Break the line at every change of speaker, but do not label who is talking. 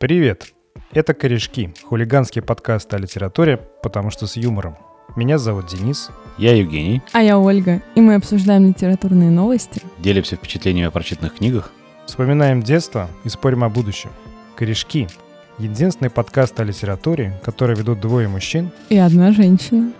Привет! Это «Корешки» — хулиганский подкаст о литературе, потому что с юмором. Меня зовут Денис.
Я Евгений.
А я Ольга, и мы обсуждаем литературные новости.
Делимся впечатлениями о прочитанных книгах.
Вспоминаем детство и спорим о будущем. «Корешки» — единственный подкаст о литературе, который ведут двое мужчин.
И одна женщина.